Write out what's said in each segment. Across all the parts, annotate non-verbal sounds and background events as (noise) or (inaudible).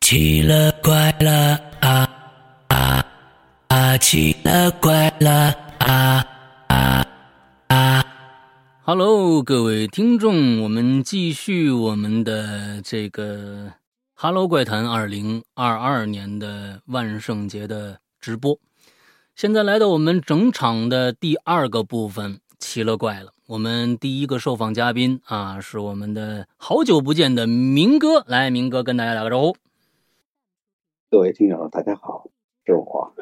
奇了怪了啊啊啊！奇了怪了啊啊啊！Hello，各位听众，我们继续我们的这个《Hello 怪谈》二零二二年的万圣节的直播。现在来到我们整场的第二个部分，奇了怪了。我们第一个受访嘉宾啊，是我们的好久不见的明哥，来，明哥跟大家打个招呼。各位听友，大家好，是我。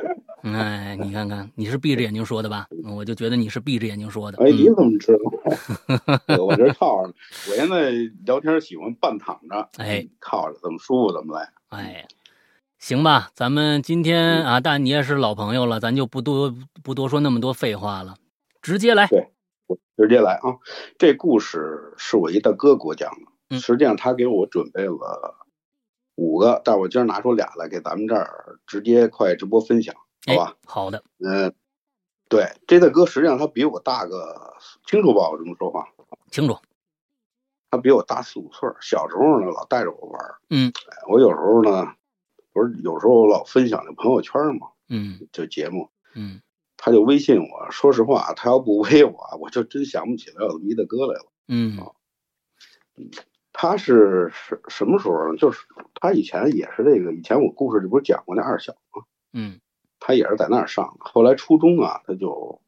哎，你看看，你是闭着眼睛说的吧？我就觉得你是闭着眼睛说的。嗯哎，你怎么 (laughs) 知道？嗯、我这靠着，我现在聊天喜欢半躺着，嗯哎，靠着怎么舒服怎么来。哎，行吧，咱们今天嗯啊，但你也是老朋友了，咱就不多不多说那么多废话了，直接来。对，我直接来啊。这故事是我一大哥给我讲的，嗯实际上他给我准备了。五个，但我今儿拿出俩来给咱们这儿直接快直播分享，好吧？哎、好的，嗯，对，这大哥实际上他比我大个，清楚吧？我这么说话清楚。他比我大四五岁，小时候呢老带着我玩哎嗯，我有时候呢，不是有时候老分享这朋友圈嘛，嗯，这节目，嗯，他就微信我，说实话，他要不微我，我就真想不起来有这么一大哥来了，嗯。啊嗯他是什什么时候？就是他以前也是这个，以前我故事里不是讲过那二小吗？嗯，他也是在那儿上，后来初中啊，他就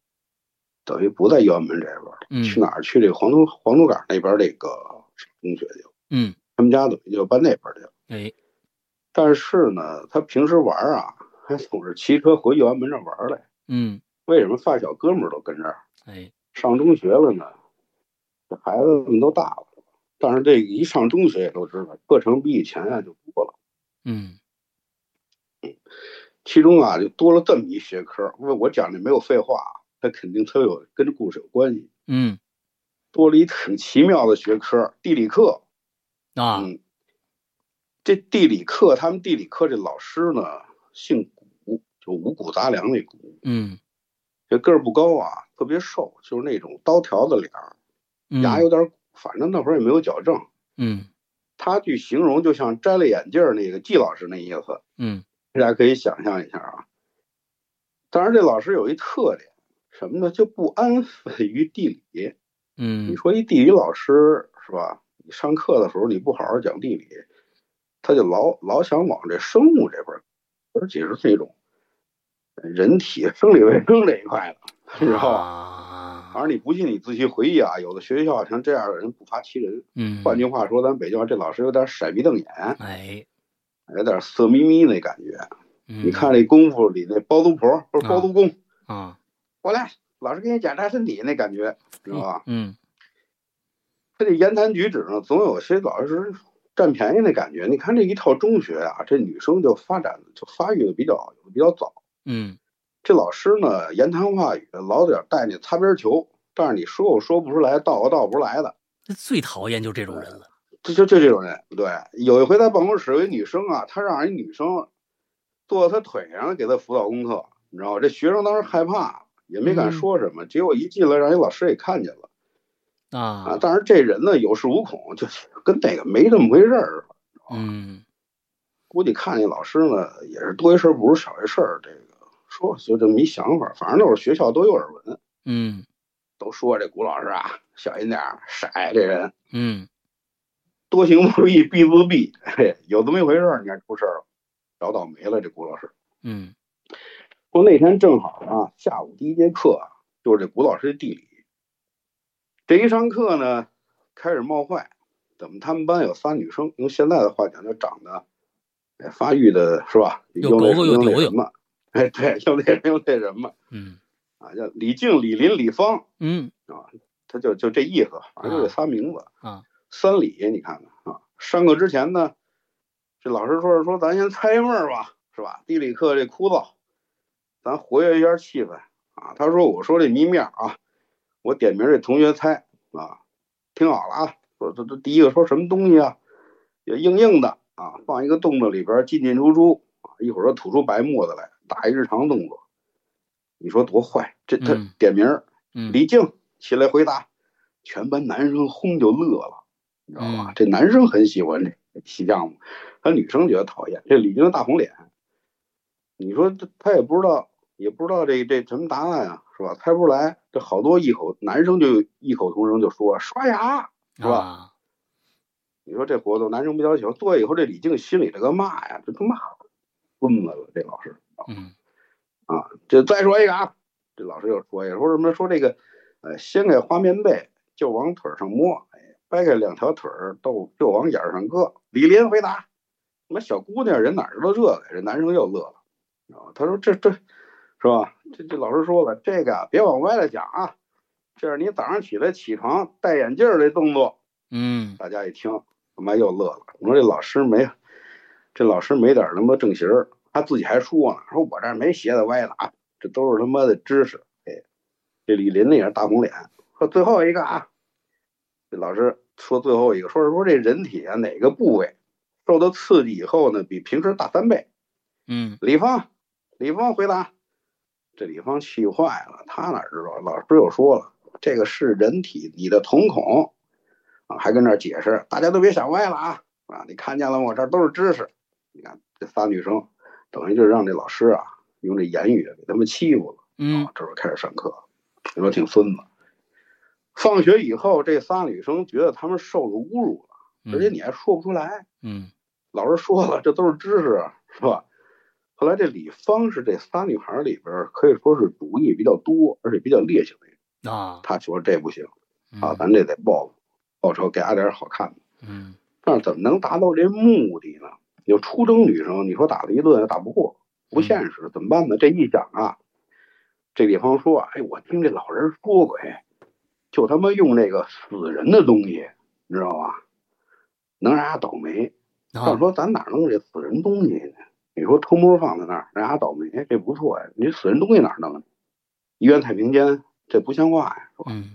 等于不在右安门这边了，嗯去哪儿？去这个黄土黄土岗那边这个中学去了。嗯，他们家等于就搬那边去了。哎，但是呢，他平时玩啊，还总是骑车回右安门这玩来。嗯，为什么发小哥们儿都跟这儿？哎，上中学了呢，这孩子们都大了，但是这一上中学也都知道，课程比以前啊就多了，嗯，其中啊就多了这么一学科。为我讲的没有废话，那肯定它有跟这故事有关系。嗯，多了一挺奇妙的学科，地理课。啊，嗯，这地理课，他们地理课这老师呢姓谷，就五谷杂粮那谷，嗯，这个儿不高啊，特别瘦，就是那种刀条子脸儿，嗯牙有点鼓，反正那会儿也没有矫正。嗯，他去形容就像摘了眼镜儿那个季老师那意思，嗯，大家可以想象一下啊。当然，这老师有一特点，什么呢？就不安分于地理。嗯你，说一地理老师是吧？你上课的时候你不好好讲地理，他就老老想往这生物这边儿，而且是那种人体生理卫生这一块的，你知道吧？啊，而你不信，你仔细回忆啊，有的学校像这样的人不乏其人。嗯，换句话说，咱北京话这老师有点色眯瞪眼。哎，有点色眯眯那感觉。嗯你看这功夫里那包租婆不是包租公，啊，过来，老师给你检查身体那感觉，知道吧？嗯，他这言谈举止呢，总有些老师占便宜那感觉。你看这一套中学啊，这女生就发展就发育的比较比较早。嗯，这老师呢，言谈话语老得带你擦边球，但是你说我说不出来，道我道不出来的，这最讨厌就这种人了。就就就这种人。对，有一回在办公室有一女生啊，她让一女生坐在她腿上给她辅导功课，你知道吗？这学生当时害怕，也没敢说什么。结果一进来，让一老师给看见了啊啊。，但是这人呢，有恃无恐，就是跟那个没这么回事儿。嗯，估计看见老师呢，也是多一事不如少一事儿。这个说就这么一想法，反正那会儿学校都有耳闻，嗯，都说这古老师啊，小心点儿，色这人嗯，多行不义必自毙，嘿，有这么一回事儿，你看出事儿了，找倒霉了这古老师。嗯，说那天正好啊，下午第一节课啊，就是这古老师的地理。这一上课呢，开始冒坏。怎么他们班有仨女生，用现在的话讲，就长得哎发育的是吧？又狗狗又用那丢丢什么？哎，对，又那又那什么嗯，啊？叫李静、李林、李芳，嗯，他就就这意思，反正就这仨名字啊。三李，你看看啊，上课之前呢，这老师说是说咱先猜一味儿吧，是吧？地理课这枯燥，咱活跃一下气氛啊。他说我说这谜面啊，我点名这同学猜啊，听好了啊，说这这第一个说什么东西啊，也硬硬的啊，放一个洞子里边进进出出啊，一会儿又吐出白沫子来，打一日常动作。你说多坏？这他嗯点名儿，嗯，李静起来回答，全班男生轰就乐了，你知道吧？嗯这男生很喜欢这西项目，他女生觉得讨厌，这李军的大红脸，你说这他也不知道，也不知道这这什么答案啊，是吧？猜不出来，这好多异口男生就异口同声就说刷牙，嗯是吧？吧？你说这活动男生不要求，做以后这李静心里这个骂呀，这都骂了，昏了了这老师。啊嗯这再说一个啊，这老师又说一个，说什么说这个，呃，掀开花棉被就往腿儿上摸，哎，掰开两条腿儿都就往眼儿上搁。李林回答，什么小姑娘人哪知道这个呀？这男生又乐了，啊，他说这这，是吧？这这老师说了，这个啊别往歪了讲啊，这是你早上起来起床戴眼镜儿这动作。嗯，大家一听，他妈又乐了。我说这老师没，这老师没点儿他妈正形儿，他自己还说呢，说我这儿没斜的歪的啊，这都是他妈的知识。哎，这李林那也是大红脸。说最后一个啊，这老师说最后一个，说是说这人体啊哪个部位受到刺激以后呢，比平时大三倍。嗯李芳，李芳回答。这李芳气坏了，他哪知道？老师又说了，这个是人体你的瞳孔，啊，还跟那儿解释，大家都别想歪了啊啊！你看见了吗？我这儿都是知识。你看这仨女生，等于就是让这老师啊，用这言语给他们欺负了。嗯啊，这会儿开始上课，你说挺孙子。放学以后，这仨女生觉得她们受了侮辱了，而且嗯你还说不出来。嗯老师说了，这都是知识，是吧？后来这李芳是这仨女孩里边儿可以说是主意比较多，而且比较烈性的一个。啊她觉得这不行啊，嗯咱这得报复，报仇给她点儿好看的。嗯但是怎么能达到这目的呢？有初中女生，你说打了一顿也打不过，嗯不现实，怎么办呢？这一想啊，这李芳说：“哎，我听这老人说过，哎，就他妈用这个死人的东西，你知道吧？能让人倒霉。”要啊说咱哪弄这死人东西呢？你说偷摸放在那儿，让家倒霉，这不错呀。你死人东西哪儿弄？医院太平间，这不像话呀，是吧？嗯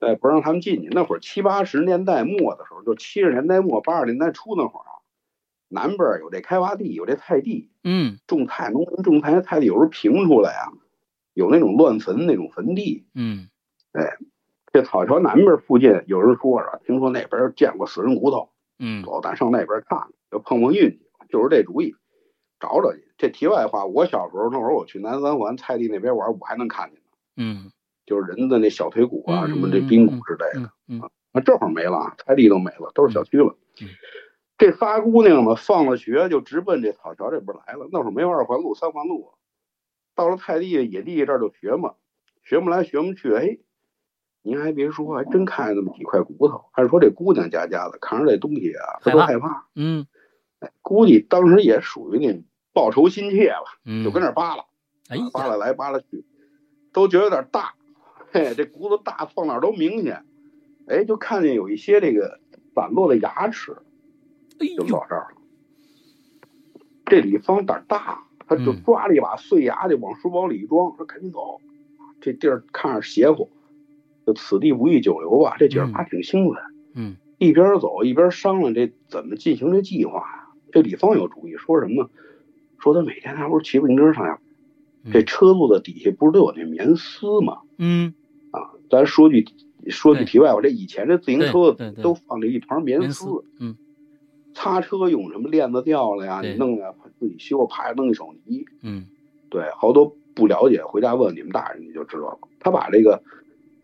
哎，不让他们进去。那会儿七八十年代末的时候，就七十年代末八十年代初那会儿啊，南边儿有这开挖地，有这菜地，嗯种菜，农民种菜，菜地有时候平出来啊，有那种乱坟那种坟地。嗯这草桥南边儿附近有人说着，听说那边儿见过死人骨头。嗯走，咱上那边看看，就碰碰运气，就是这主意，找找去。这题外话，我小时候那会儿我去南三环菜地那边玩，我还能看见呢，嗯就是人的那小腿骨啊，嗯什么这髌骨之类的。啊嗯嗯那这会儿没了，菜地都没了，都是小区了。嗯这仨姑娘嘛，放了学就直奔这草桥这边来了。那会儿没有二环路、三环路啊，到了菜地、野地这儿就学嘛，学不来学不去。哎，您还别说，还真看见那么几块骨头。按说这姑娘家家的扛着这东西啊，她都害害怕。哎嗯估计当时也属于那报仇心切吧，嗯，就跟那儿扒拉，哎呀扒拉来扒拉去，都觉得有点大，嘿，这骨头大放哪儿都明显，哎，就看见有一些这个散落的牙齿，哎就呦落这儿了。这李芳胆儿大，他就嗯抓了一把碎牙就往书包里一装，说赶紧走，这地儿看着邪乎，就此地不宜久留吧。这姐儿嗯还挺兴奋，嗯，一边走一边商量这怎么进行这计划呀、这李芳有主意，说什么？说他每天他不是骑自行车上下班，嗯这车座的底下不是都有那棉丝吗？嗯咱说句说句对题外话，这以前这自行对车对对都放着一团棉严丝，肃嗯擦车用什么链子掉了呀，对你弄呀，自己修，啪弄一手泥。嗯对，好多不了解，回家问你们大人你就知道了。他把这个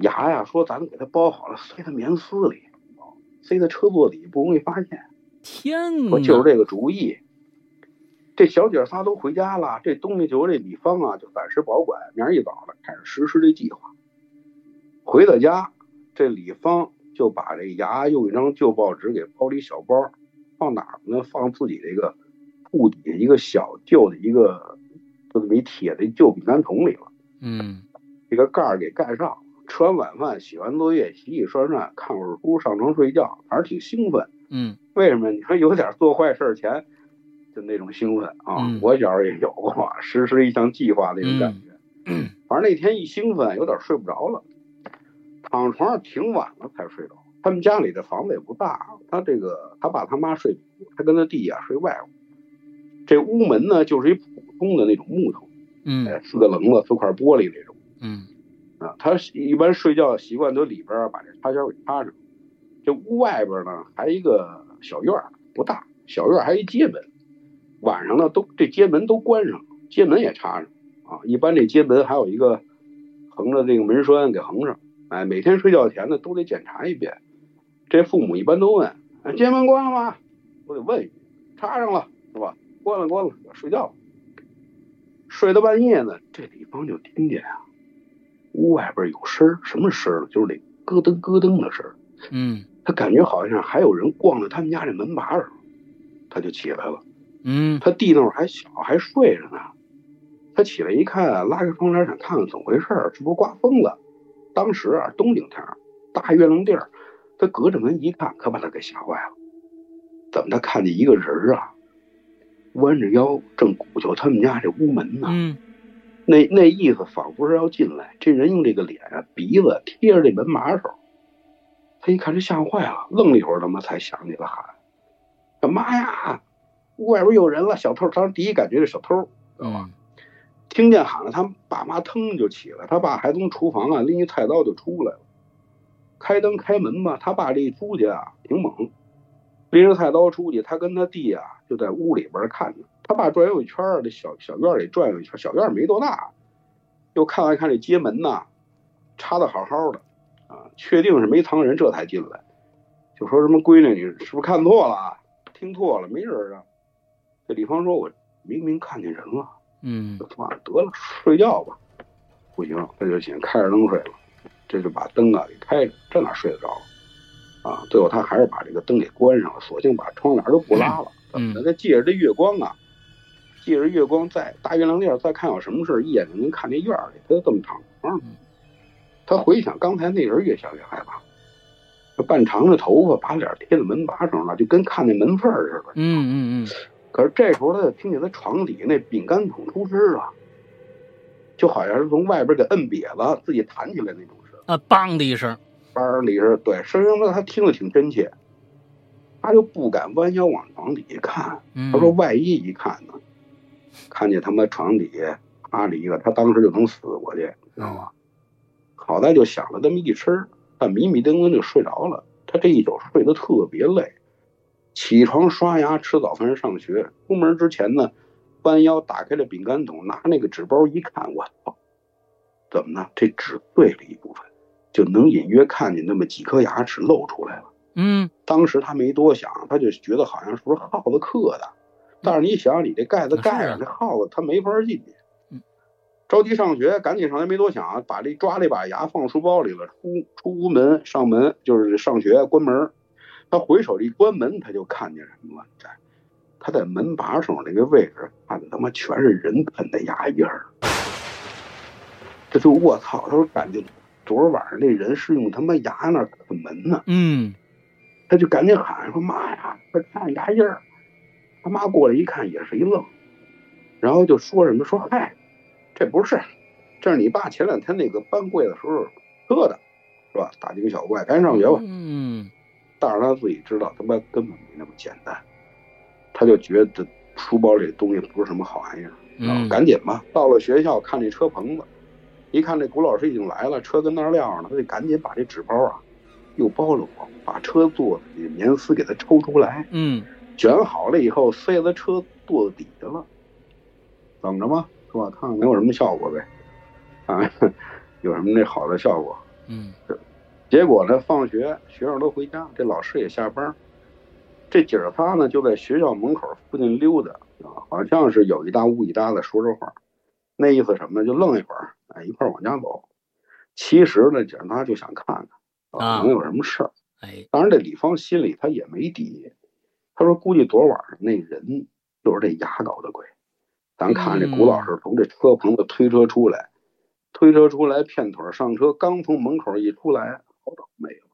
牙呀，说咱们给它包好了，塞在棉丝里，塞在车座底，不容易发现。天说哪，就是这个主意。这小姐仨都回家了，这东西就由这李芳啊就暂时保管，明儿一早了开始实施这计划。回到家，这李芳就把这牙用一张旧报纸给包了一小包，放哪儿呢？放自己这个铺底下一个小旧的一个就这么一铁的旧饼干桶里了，嗯这个盖儿给盖上。吃完晚饭，写完作业，洗洗涮涮，看会儿书，上床睡觉，反正挺兴奋。嗯为什么？你说有点做坏事儿前就那种兴奋啊，嗯我小时候也有过啊实施一项计划那种感觉。嗯反正那天一兴奋，有点睡不着了，躺床上挺晚了才睡着。他们家里的房子也不大，啊他这个他爸他妈睡里屋，他跟他弟啊睡外屋。这屋门呢，就是一普通的那种木头，嗯哎，四个棱子，四块玻璃那种。嗯啊，他一般睡觉习惯都里边儿把这插销给插上，这屋外边儿呢还一个小院儿，不大，小院还一街门，晚上呢都这街门都关上，街门也插上啊。一般这街门还有一个横着这个门栓给横上，哎，每天睡觉前呢都得检查一遍。这父母一般都问：“哎，街门关了吗？”我得问一句：“插上了是吧？关了关了，我睡觉了。”睡到半夜呢，这里方就听见啊，屋外边有声儿，什么声儿呢？就是那咯噔咯噔的声儿。嗯他感觉好像还有人逛着他们家这门把手，他就起来了。嗯他弟那会儿还小，还睡着呢。他起来一看，拉开窗帘想看看怎么回事儿，是不是刮风了？当时啊，冬景天儿，大月亮地儿，他隔着门一看，可把他给吓坏了。怎么他看见一个人儿啊，弯着腰正鼓捣他们家这屋门呢？嗯那那意思仿佛是要进来，这人用这个脸啊鼻子贴着这门把手，他一看这吓坏了，愣了一会儿，他妈才想起来喊：“干嘛呀？屋外边有人了！小偷！”当时第一感觉是小偷，嗯听见喊了，他爸妈腾就起来，他爸还从厨房啊拎一菜刀就出来了，开灯开门吧，他爸这一出去啊挺猛，拎着菜刀出去，他跟他弟啊就在屋里边看着，他爸转悠一圈儿，这小小院里转悠一圈儿，小院没多大，又看了看这街门呐、插的好好的，啊，确定是没藏人，这才进来，就说什么闺女，你是不是看错了啊？听错了，没人啊。这李芳说，我明明看见人了。嗯晚上得了，睡觉吧。不行，他就想开着灯睡了，这就把灯啊给开着，这哪睡得着啊？啊，最后他还是把这个灯给关上了，索性把窗帘都不拉了。怎嗯么的？他借着这月光啊，借着月光在大月亮地儿再看有什么事儿，一眼就能看见院儿里，他就这么躺床上嗯。他回想刚才那人，越想越害怕。这半长的头发把脸贴在门把手了，就跟看见门缝儿似的。嗯嗯可是这时候他就听见他床底下那饼干桶出声了，就好像是从外边给摁瘪了，自己弹起来那种声。啊，梆的一声，班儿里是对声音呢，他听着挺真切，他就不敢弯腰往床底下看。嗯，他说万一一看呢，看见他妈床底下趴着一个，他当时就能死过去，知道吗？好在就响了这么一声儿，他迷迷瞪瞪就睡着了。他这一宿睡得特别累，起床刷牙吃早饭上学，出门之前呢，弯腰打开了饼干桶，拿那个纸包一看，我操，怎么呢？这纸碎了一部分，就能隐约看见那么几颗牙齿露出来了。嗯当时他没多想，他就觉得好像是不是耗子刻的，但是你想，你这盖子盖是啊上，这耗子它没法进去嗯。着急上学，赶紧上学，没多想，把这抓了一把牙放书包里了，出出屋门上门就是上学关门。他回手一关门，他就看见什么了？在他在门把手那个位置看的他妈全是人啃的牙印儿。这就我操！他说感觉昨儿晚上那人是用他妈牙那儿啃门呢。嗯他就赶紧喊说：“妈呀，快看牙印儿！”他妈过来一看，也是一愣，然后就说什么说：“嗨，这不是，这是你爸前两天那个搬柜的时候磕的，是吧？打几个小怪，赶紧上学吧。嗯但是他自己知道，他妈根本没那么简单，他就觉得书包里的东西不是什么好玩意儿。嗯，啊赶紧吧。到了学校，看这车棚子，一看这古老师已经来了，车跟那儿撂着呢，他就赶紧把这纸包啊又包了裹，把车座子里的棉丝给它抽出来，嗯卷好了以后塞到车座子底下了，等着吧，是吧？看看能有什么效果呗，啊， (laughs) 有什么那好的效果。嗯结果呢，放学学生都回家，这老师也下班儿。这姐儿仨呢就在学校门口附近溜达啊，好像是有一搭无一搭的说着话，那意思什么呢？就愣一会儿，哎，一块儿往家走。其实呢，姐儿仨就想看看啊能有什么事儿。哎当然，这李芳心里他也没底，他说估计昨晚上那人就是这牙搞的鬼。咱看这古老师从这车棚子推车出来，推车出来片腿儿上车，刚从门口一出来，好倒霉了，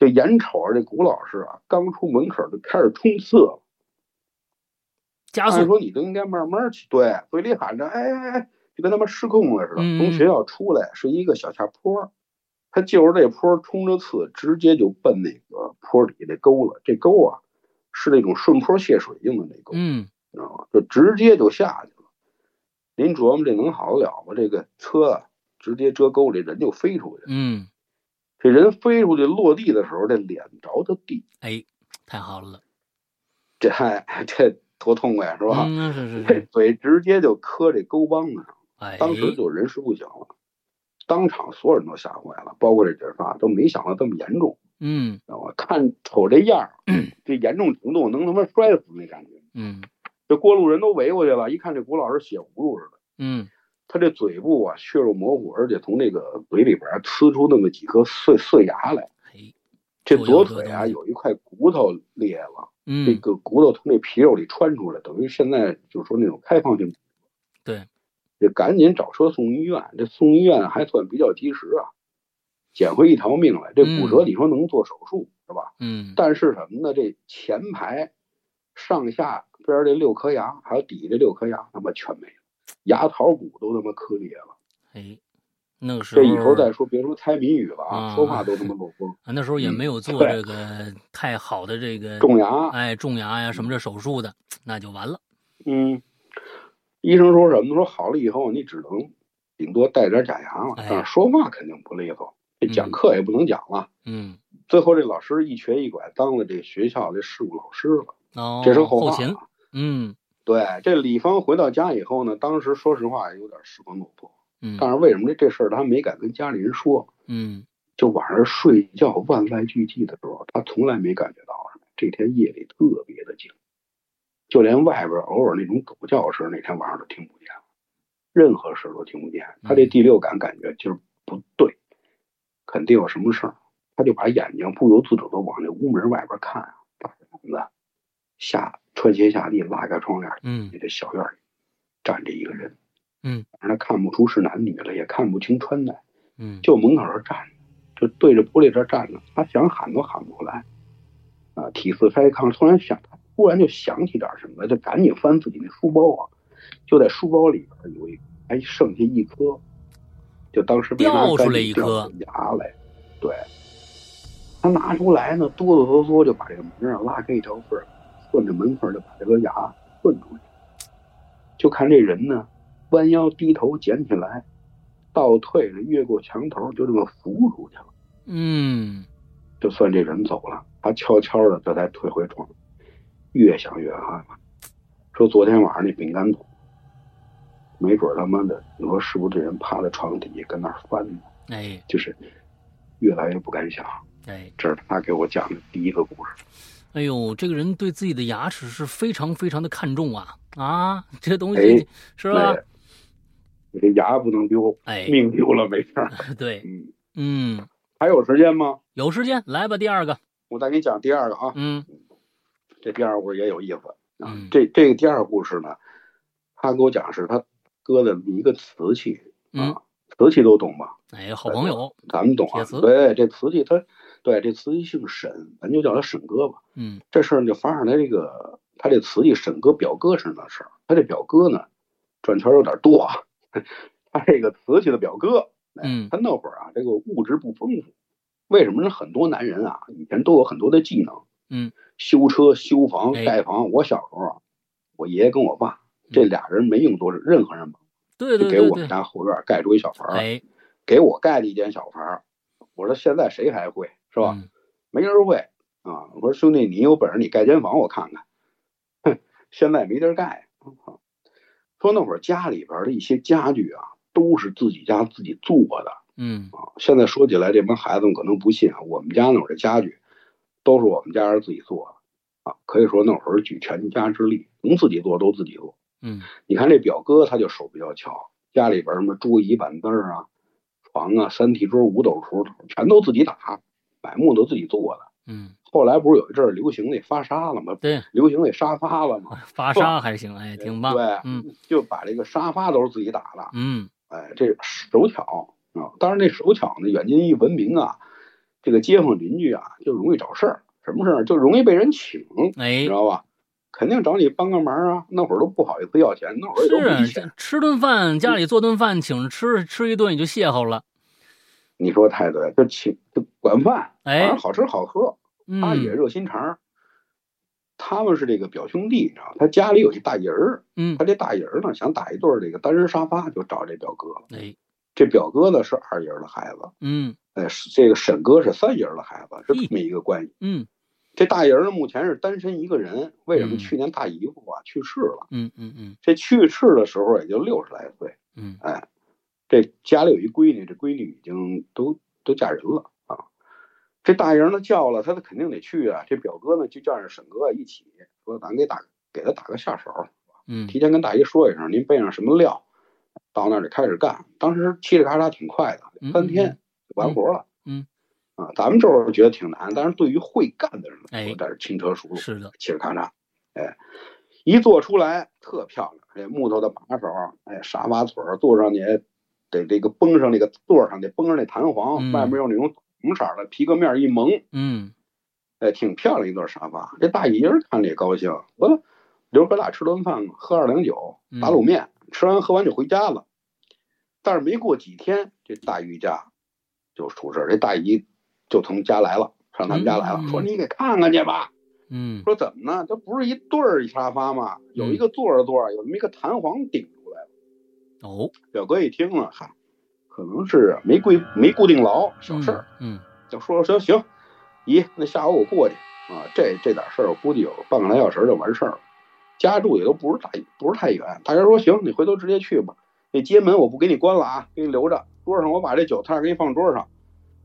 就眼瞅着这古老师啊，刚出门口就开始冲刺了。加按速，说你都应该慢慢去，对，嘴里喊着哎哎哎，就跟他妈失控了似的。嗯从学校出来是一个小下坡，他就着这坡冲着刺，直接就奔那个坡底那沟了。这沟啊，是那种顺坡泄水用的那沟，嗯你知道吗？就直接就下去了。您琢磨这能好得了吗？这个车啊，直接折沟里，人就飞出去了。嗯，这人飞出去落地的时候，这脸着的地，哎，太好了，这还这多痛快是吧？嗯，那是是这是，嘴直接就磕这沟帮子上，哎，当时就人事不小了，当场所有人都吓坏了，包括这姐儿仨都没想到这么严重，嗯知道吗？看瞅这样儿，这严重程度能他妈摔死那感觉。嗯这过路人都围过去了，一看这古老师血葫芦似的，嗯，他这嘴部啊血肉模糊，而且从这个嘴里边儿呲出那么几颗碎碎牙来。嘿，这左右左各腿东啊西有一块骨头裂了，这嗯个骨头从这皮肉里穿出来，等于现在就是说那种开放性。对，得赶紧找车送医院。这送医院还算比较及时啊，捡回一条命来。这骨折嗯你说能做手术、是吧？嗯，但是什么呢？这前排上下边儿这六颗牙，还有底下这六颗牙，他妈全没了，牙槽骨都他妈磕裂了。哎，那个时这候以后再说，别说猜谜语了啊，啊说话都他妈漏风。啊，那时候也嗯没有做对这个太好的这个种牙，哎种牙呀什么这手术的，那就完了。嗯，医生说什么？说好了以后你只能顶多带点假牙了，哎但是说话肯定不利索，这讲课也不能讲了。嗯，最后这老师一瘸一拐当了这学校这事务老师了，哦，这是后后话勤啊。，嗯对，这李芳回到家以后呢，当时说实话有点失魂落魄，嗯但是为什么这这事儿他没敢跟家里人说？嗯就晚上睡觉万籁俱寂的时候，他从来没感觉到什么。这天夜里特别的静，就连外边偶尔那种狗叫声，那天晚上都听不见了，任何事都听不见。他这第六感感觉今儿不对，肯定有什么事儿。他就把眼睛不由自主的往那屋门外边看啊，大胆子下穿鞋下地，拉开窗帘，嗯那个小院里站着一个人。嗯，反正他看不出是男女了，也看不清穿戴。嗯，就门口这儿站着，就对着玻璃这儿站着，他想喊都喊不出来，啊，体似筛糠。突然想，他忽然就想起点什么来，就赶紧翻自己那书包啊，就在书包里边有一还剩下一颗，就当时没拿掉出干来净一掉颗出牙来，对，他拿出来呢，哆哆嗦嗦就把这个门上拉开一条缝儿，顺着门缝儿就把这颗牙顺出去，就看这人呢，弯腰低头捡起来，倒退着越过墙头，就这么扶出去了。嗯就算这人走了，他悄悄的这才退回床。越想越害怕，说昨天晚上那饼干桶，没准他妈的，你说是不是这人趴在床底下跟那儿翻呢？哎就是越来越不敢想。哎这是他给我讲的第一个故事。哎呦，这个人对自己的牙齿是非常非常的看重啊啊，这东西、哎是吧？对我这牙不能丢，哎，命丢了没事儿。 (laughs) 对，嗯，嗯，还有时间吗？有时间来吧，第二个，我再给你讲第二个啊。嗯这第二故事也有意思啊嗯。这这个第二故事呢，他给我讲是他哥的一个瓷器嗯啊，瓷器都懂吧？哎，好朋友，咱们懂啊铁。瓷对，这瓷器他，对这瓷器姓沈，咱就叫他沈哥吧。嗯这事儿就发生在这个他这瓷器沈哥表哥身上的事儿。他这表哥呢，转圈有点多啊。 (laughs) 他这个瓷器的表哥，哎嗯他那会儿啊，这个物质不丰富。为什么呢？很多男人啊，以前都有很多的技能，嗯，修车、修房、哎嗯盖房。我小时候啊，我爷爷跟我爸这俩人没用多少任何人帮，对就对给对我们对，家后院盖出一小房儿，啊哎，给我盖了一间小房儿。我说现在谁还会是是吧？没人会啊！我说兄弟，你有本事你盖间房我看看。哼，现在没地儿盖。啊说那会儿家里边的一些家具啊，都是自己家自己做的嗯啊。现在说起来，这帮孩子们可能不信啊，我们家那会儿的家具都是我们家人自己做的啊。可以说那会儿举全家之力，能自己做都自己做。嗯你看这表哥他就手比较巧，家里边什么桌椅板凳啊、床啊、三屉桌、五斗橱全都自己打，买木头自己做的。嗯，后来不是有一阵儿流行那发沙了吗？对，流行那沙发了吗？发沙还行，哎，挺棒，对，嗯就把这个沙发都是自己打的。嗯哎，这手巧啊，当然这手巧呢，远近一闻名啊，这个街坊邻居啊就容易找事儿，什么事儿就容易被人请，你哎知，道吧？肯定找你帮个忙啊。那会儿都不好意思要钱，那会儿也都是啊没这钱。吃顿饭，家里做顿饭，请着吃吃一顿也就邂逅了，你说太对了，就请就管饭，反哎正，好吃好喝，啊他也嗯热心肠儿。他们是这个表兄弟，你知道，他家里有一大姨儿，嗯他，这大姨儿呢想打一对儿这个单人沙发，就找这表哥了。哎这表哥呢是二姨儿的孩子，嗯哎，是这个沈哥是三姨儿的孩子，是这么一个关系。嗯这大爷呢，目前是单身一个人。为什么嗯去年大姨夫啊去世了？嗯嗯嗯这去世的时候也就六十来岁。哎嗯这家里有一闺女，这闺女已经都都嫁人了啊。这大爷呢叫了，他肯定得去啊。这表哥呢就叫上沈哥一起说，咱给打给他打个下手，嗯提前跟大姨说一声，您备上什么料，到那儿就开始干。当时嘁哩咔嚓挺快的，嗯三天就完活了。嗯啊，咱们就是觉得挺难，但是对于会干的人来哎说，但是轻车熟嗯，路。是的，嘁哩咔嚓，哎，一做出来特漂亮，这木头的把手，哎，沙发腿儿坐上去，得这个绷上那个座儿上得绷上那弹簧，嗯外面用那种红色儿的皮革面儿一蒙，嗯哎，挺漂亮一段沙发。这大姨儿看着也高兴，得了，留哥俩吃顿饭，喝二两酒，嗯打卤面，吃完喝完就回家了。但是没过几天，这大姨家就出事儿，这大姨就从家来了，上咱们家来了，嗯嗯嗯说你给看看去吧。嗯说怎么呢？这不是一对儿一沙发吗？有一个坐着坐着，有那么一个弹簧顶出来了。哦，表哥一听啊，嗨，可能是没固没固定牢，小事儿，嗯，就说行行，姨，那下午我过去啊。这这点事儿，我估计有半个来小时就完事儿了。家住也都不是大不是太远，大家说行，你回头直接去吧。那街门我不给你关了啊，给你留着。桌上我把这酒菜给你放桌上。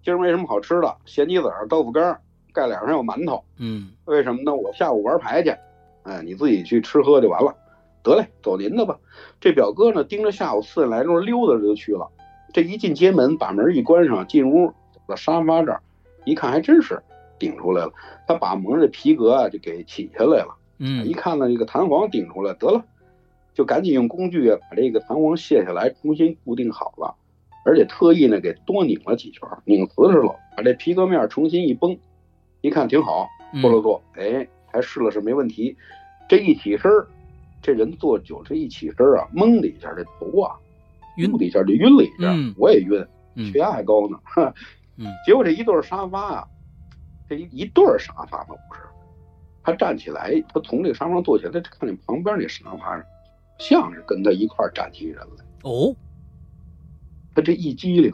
今儿没什么好吃的，咸鸡子儿、豆腐干儿，盖脸上有馒头。嗯为什么呢？我下午玩牌去，哎，你自己去吃喝就完了。得嘞，走您的吧。这表哥呢，盯着下午四点来钟溜达着就去了。这一进街门，把门一关上，进屋走到沙发这儿，一看还真是顶出来了。他把蒙着皮革啊就给起下来了。嗯一看呢，这个弹簧顶出来，得了，就赶紧用工具啊把这个弹簧卸下来，重新固定好了，而且特意呢给多拧了几圈儿，拧瓷实了，把这皮革面儿重新一绷，一看挺好，嗯做了做，哎，还试了试没问题。这一起身儿，这人坐久，这一起身儿啊，懵的一下，这头啊晕咕的一下就晕了一下，嗯我也晕，嗯血压还高呢。哈嗯 (laughs) 结果这一对儿沙发啊，这一一对儿沙发嘛不是，他站起来，他从这个沙发上坐起来，他看见旁边那沙发上像是跟他一块儿站起人来，哦，他这一激灵，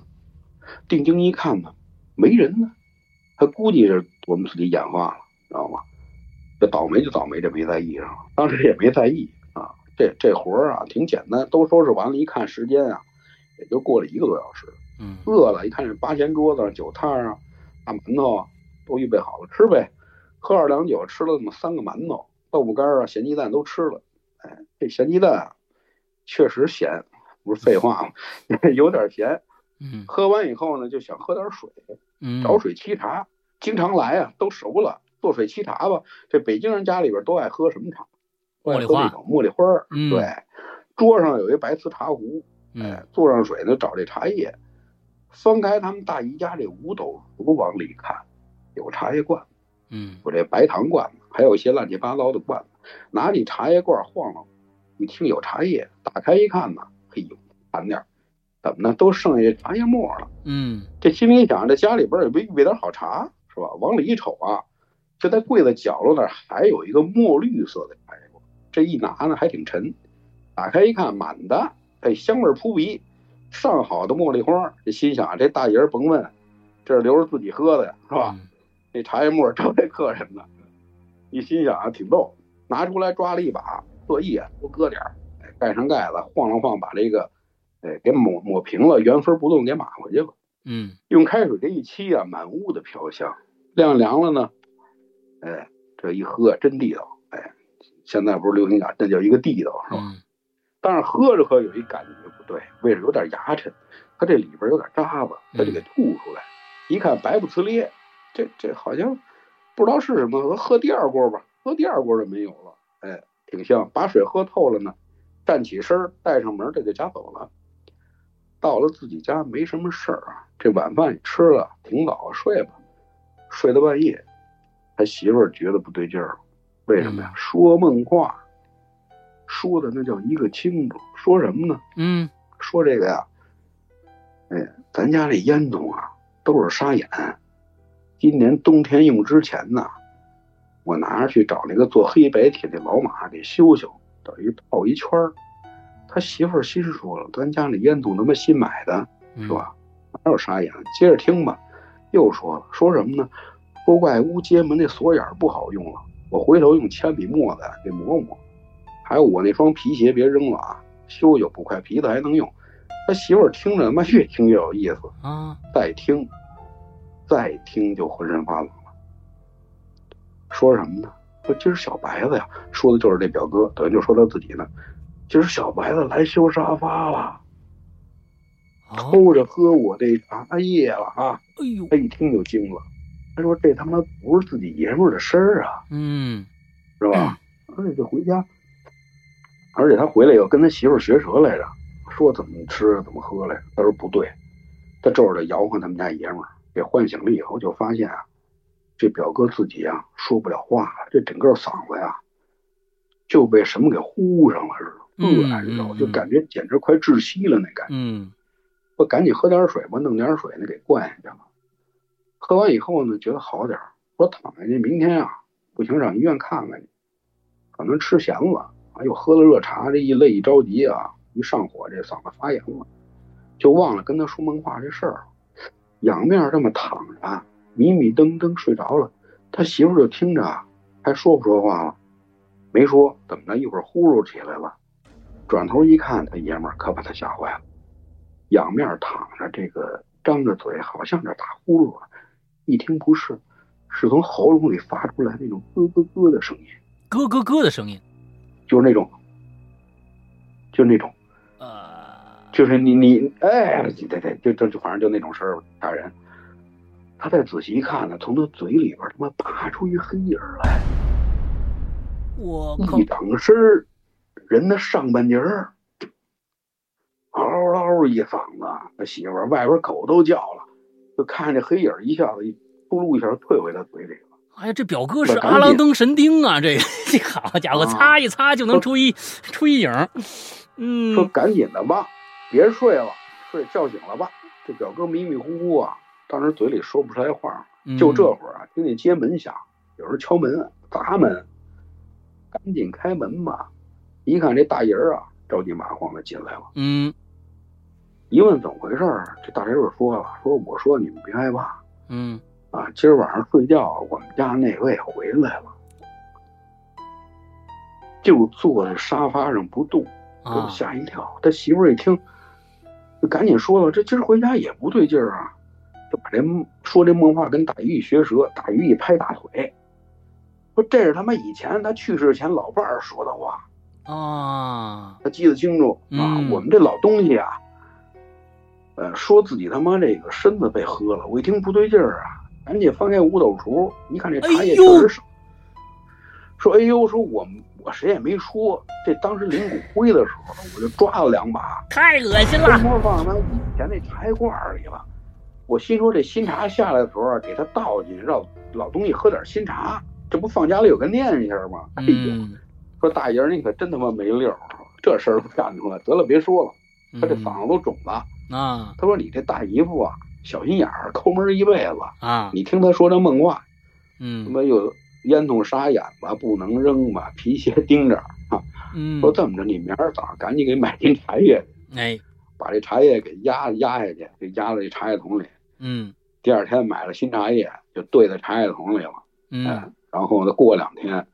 定睛一看呢，没人呢，他估计是我们自己眼花了，知道吗？这倒霉就倒霉，这没在意上了，当时也没在意啊。这这活儿啊挺简单，都收拾完了，一看时间啊，也就过了一个多小时。嗯饿了，一看这八仙桌子、酒菜啊、大馒头啊，都预备好了，吃呗。喝二两酒，吃了那么三个馒头、豆腐干啊、咸鸡蛋都吃了。哎，这咸鸡蛋啊，确实咸，不是废话吗？啊 (laughs) 有点咸。嗯喝完以后呢，就想喝点水，嗯，找水沏茶。经常来啊，都熟了，做水沏茶吧。这北京人家里边都爱喝什么茶？都爱喝那种茉莉花儿。嗯对，桌上有一白瓷茶壶，哎嗯，坐上水呢，找这茶叶，翻开他们大姨家这五斗橱往里看，有茶叶罐，嗯有这白糖罐子，还有一些乱七八糟的罐子。拿起茶叶罐晃了，一听有茶叶，打开一看呢，嘿呦，惨点儿，怎么呢？都剩下茶叶沫了。嗯这心里想，这家里边儿也没预备点好茶，是吧？往里一瞅啊，就在柜子角落那儿还有一个墨绿色的茶叶罐，这一拿呢还挺沉，打开一看满的，哎，香味儿扑鼻，上好的茉莉花儿。这心想，这大爷儿甭问，这是留着自己喝的呀，是吧？嗯那茶叶沫儿招待客人的，一心想啊挺逗，拿出来抓了一把，特意啊多搁点儿，哎盖上盖子晃了晃，把这个，哎给抹抹平了，原封不动给码回去了。嗯用开水这一沏啊，满屋的飘香。晾凉了呢，哎，这一喝真地道，哎，现在不是流行讲，那叫一个地道是吧？嗯但是喝着喝着有一感觉不对，味儿有点牙碜，它这里边有点渣子，它就给吐出来。一看白不呲咧，这这好像不知道是什么，喝第二锅吧，喝第二锅就没有了，哎，挺香。把水喝透了呢，站起身儿，带上门儿，这就家走了。到了自己家没什么事儿啊，这晚饭也吃了，挺早，啊睡吧。睡到半夜，他媳妇儿觉得不对劲儿了，为什么呀？说梦话，说的那叫一个清楚。说什么呢？嗯说这个呀，哎，咱家这烟囱啊都是沙眼，今年冬天用之前呢，我拿着去找那个做黑白铁的老马给修修，等于套一圈儿。他媳妇儿心说了，咱家里烟囱他妈新买的，嗯是吧？哪有沙眼？接着听吧，又说了，说什么呢？都怪屋街门那锁眼儿不好用了，我回头用铅笔墨子给磨磨。还有我那双皮鞋别扔了啊，修修不快皮子还能用。”他媳妇儿听着，他妈越听越有意思，啊，再听，再听就浑身发冷了。说什么呢？说今儿小白子呀，说的就是这表哥，等于就说他自己呢。今儿小白子来修沙发了，哦，偷着喝我这茶叶了啊！哎呦，他一听就惊了，他说这他妈不是自己爷们儿的事儿啊，嗯，是吧？而且就回家，而且他回来以后跟他媳妇儿学舌来着，说怎么吃怎么喝来着。他说不对，他这着摇晃他们家爷们儿，给唤醒了以后就发现啊，这表哥自己啊说不了话了，这整个嗓子呀、就被什么给呼上了似的。嗯饿着，嗯就感觉简直快窒息了那感觉。嗯，我赶紧喝点水吧，弄点水呢给灌下去了。喝完以后呢，觉得好点儿，我躺下去，明天啊不行上医院看看去，可能吃咸了啊，又喝了热茶，这一累一着急啊，一上火这嗓子发炎了，就忘了跟他说梦话这事儿了。仰面这么躺着啊，迷迷瞪瞪睡着了，他媳妇儿就听着啊，还说不说话了，没说，怎么着一会儿呼噜起来了，转头一看，他爷们儿可把他吓坏了。仰面躺着，这个张着嘴，好像是打呼噜了。一听不是，是从喉咙里发出来那种咯咯咯的声音，咯咯咯的声音，就是那种，就是那种，呃，就是你你哎，对对对，就就就反正就那种声儿吓人。他再仔细一看呢，从他嘴里边他妈爬出一黑影儿来，我靠一，整身儿人的上半截儿，嗷嗷一嗓子，他媳妇儿外边狗都叫了，就看这黑影儿一下子一咕噜一下退回他嘴里了。哎呀，这表哥是阿郎登神钉啊，这这好家伙，啊擦一擦就能出一出一影儿，说嗯，赶紧的吧，别睡了，睡叫醒了吧。这表哥迷迷糊糊啊，当时嘴里说不出来话，嗯就这会儿啊，听见街门响，有人敲门，砸门，赶紧开门吧。一看这大爷儿啊，着急马慌的进来了。嗯，一问怎么回事儿，这大侄儿说了，说我说你们别害怕嗯啊，今儿晚上睡觉，我们家那位回来了，就坐在沙发上不动，嗯给我啊，吓一跳。他媳妇儿一听，就赶紧说了，这今儿回家也不对劲儿啊，就把这梦说这梦话跟大鱼一学舌，大鱼一拍大腿，说这是他妈以前他去世前老伴儿说的话，啊，他记得清楚啊嗯。我们这老东西啊，呃，说自己他妈这个身子被喝了，我一听不对劲儿啊，赶紧翻开五斗橱，一看这茶叶哎确呦实少。说哎呦，说我们我谁也没说，这当时领骨灰的时候，我就抓了两把，太恶心偷了，摸放到以前那茶叶罐儿里了。我心说这新茶下来的时候啊，给它倒进去，让老东西喝点新茶，这不放家里有个念想吗？哎呦，嗯，说大爷儿你可真他妈没溜儿，啊这事儿都干出来，得了别说了，他这嗓子都肿了。嗯啊他说你这大姨夫啊，小心眼儿，抠门儿一辈子。啊，你听他说这梦话，他 Hmm. 嗯妈又烟囱沙眼吧，不能扔吧，皮鞋钉着啊。嗯，说这么着，你明儿早上赶紧给买斤茶叶， (laughs) 哎，把这茶叶给压压下去，给压到这茶叶桶里。嗯第二天买了新茶叶，就兑在茶叶桶里了。嗯，然后呢，过两天，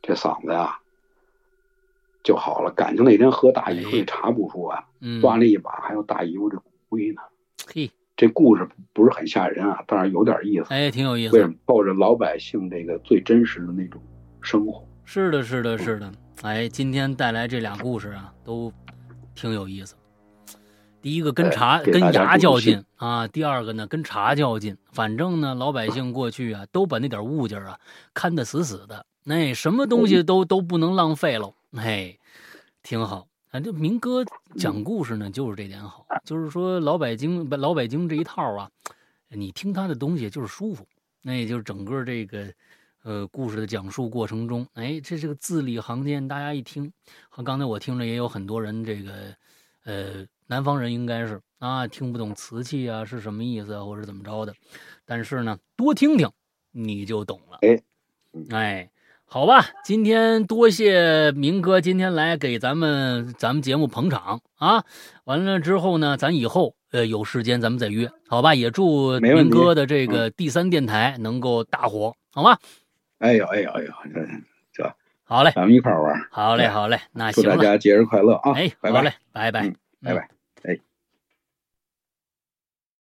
这嗓子呀就好了。感情那天喝大哎姨夫那茶不说啊，嗯，抓了一把，还有大姨夫这骨灰呢。嘿，这故事不是很吓人啊，但是有点意思。哎，挺有意为思什，么抱着老百姓这个最真实的那种生活？是的，是的，是的。哎，今天带来这俩故事啊，都挺有意思。第一个跟茶、哎给跟大家牙助较助兴劲啊，第二个呢跟茶较劲。反正呢，老百姓过去啊，都把那点物件啊看得死死的，那、什么东嗯西都都不能浪费喽。嘿，挺好。反正明哥讲故事呢，就是这点好，啊就是说老北京不老北京这一套啊，你听他的东西就是舒服，那也就是整个这个呃故事的讲述过程中，哎，这是个字里行间，大家一听，好刚才我听着也有很多人这个呃南方人应该是啊听不懂瓷器啊是什么意思啊，或者怎么着的，但是呢，多听听你就懂了。哎嗯哎，好吧，今天多谢明哥今天来给咱们咱们节目捧场啊！完了之后呢，咱以后呃，有时间咱们再约，好吧？也祝没明问题嗯哥的这个第三电台能够大火，好吗？哎呦哎呦哎呦，这好嘞，咱们一块儿玩儿，好嘞，好嘞，那哎祝行大了，家节日快乐啊！哎，拜好拜嘞，拜拜嗯，拜拜，哎。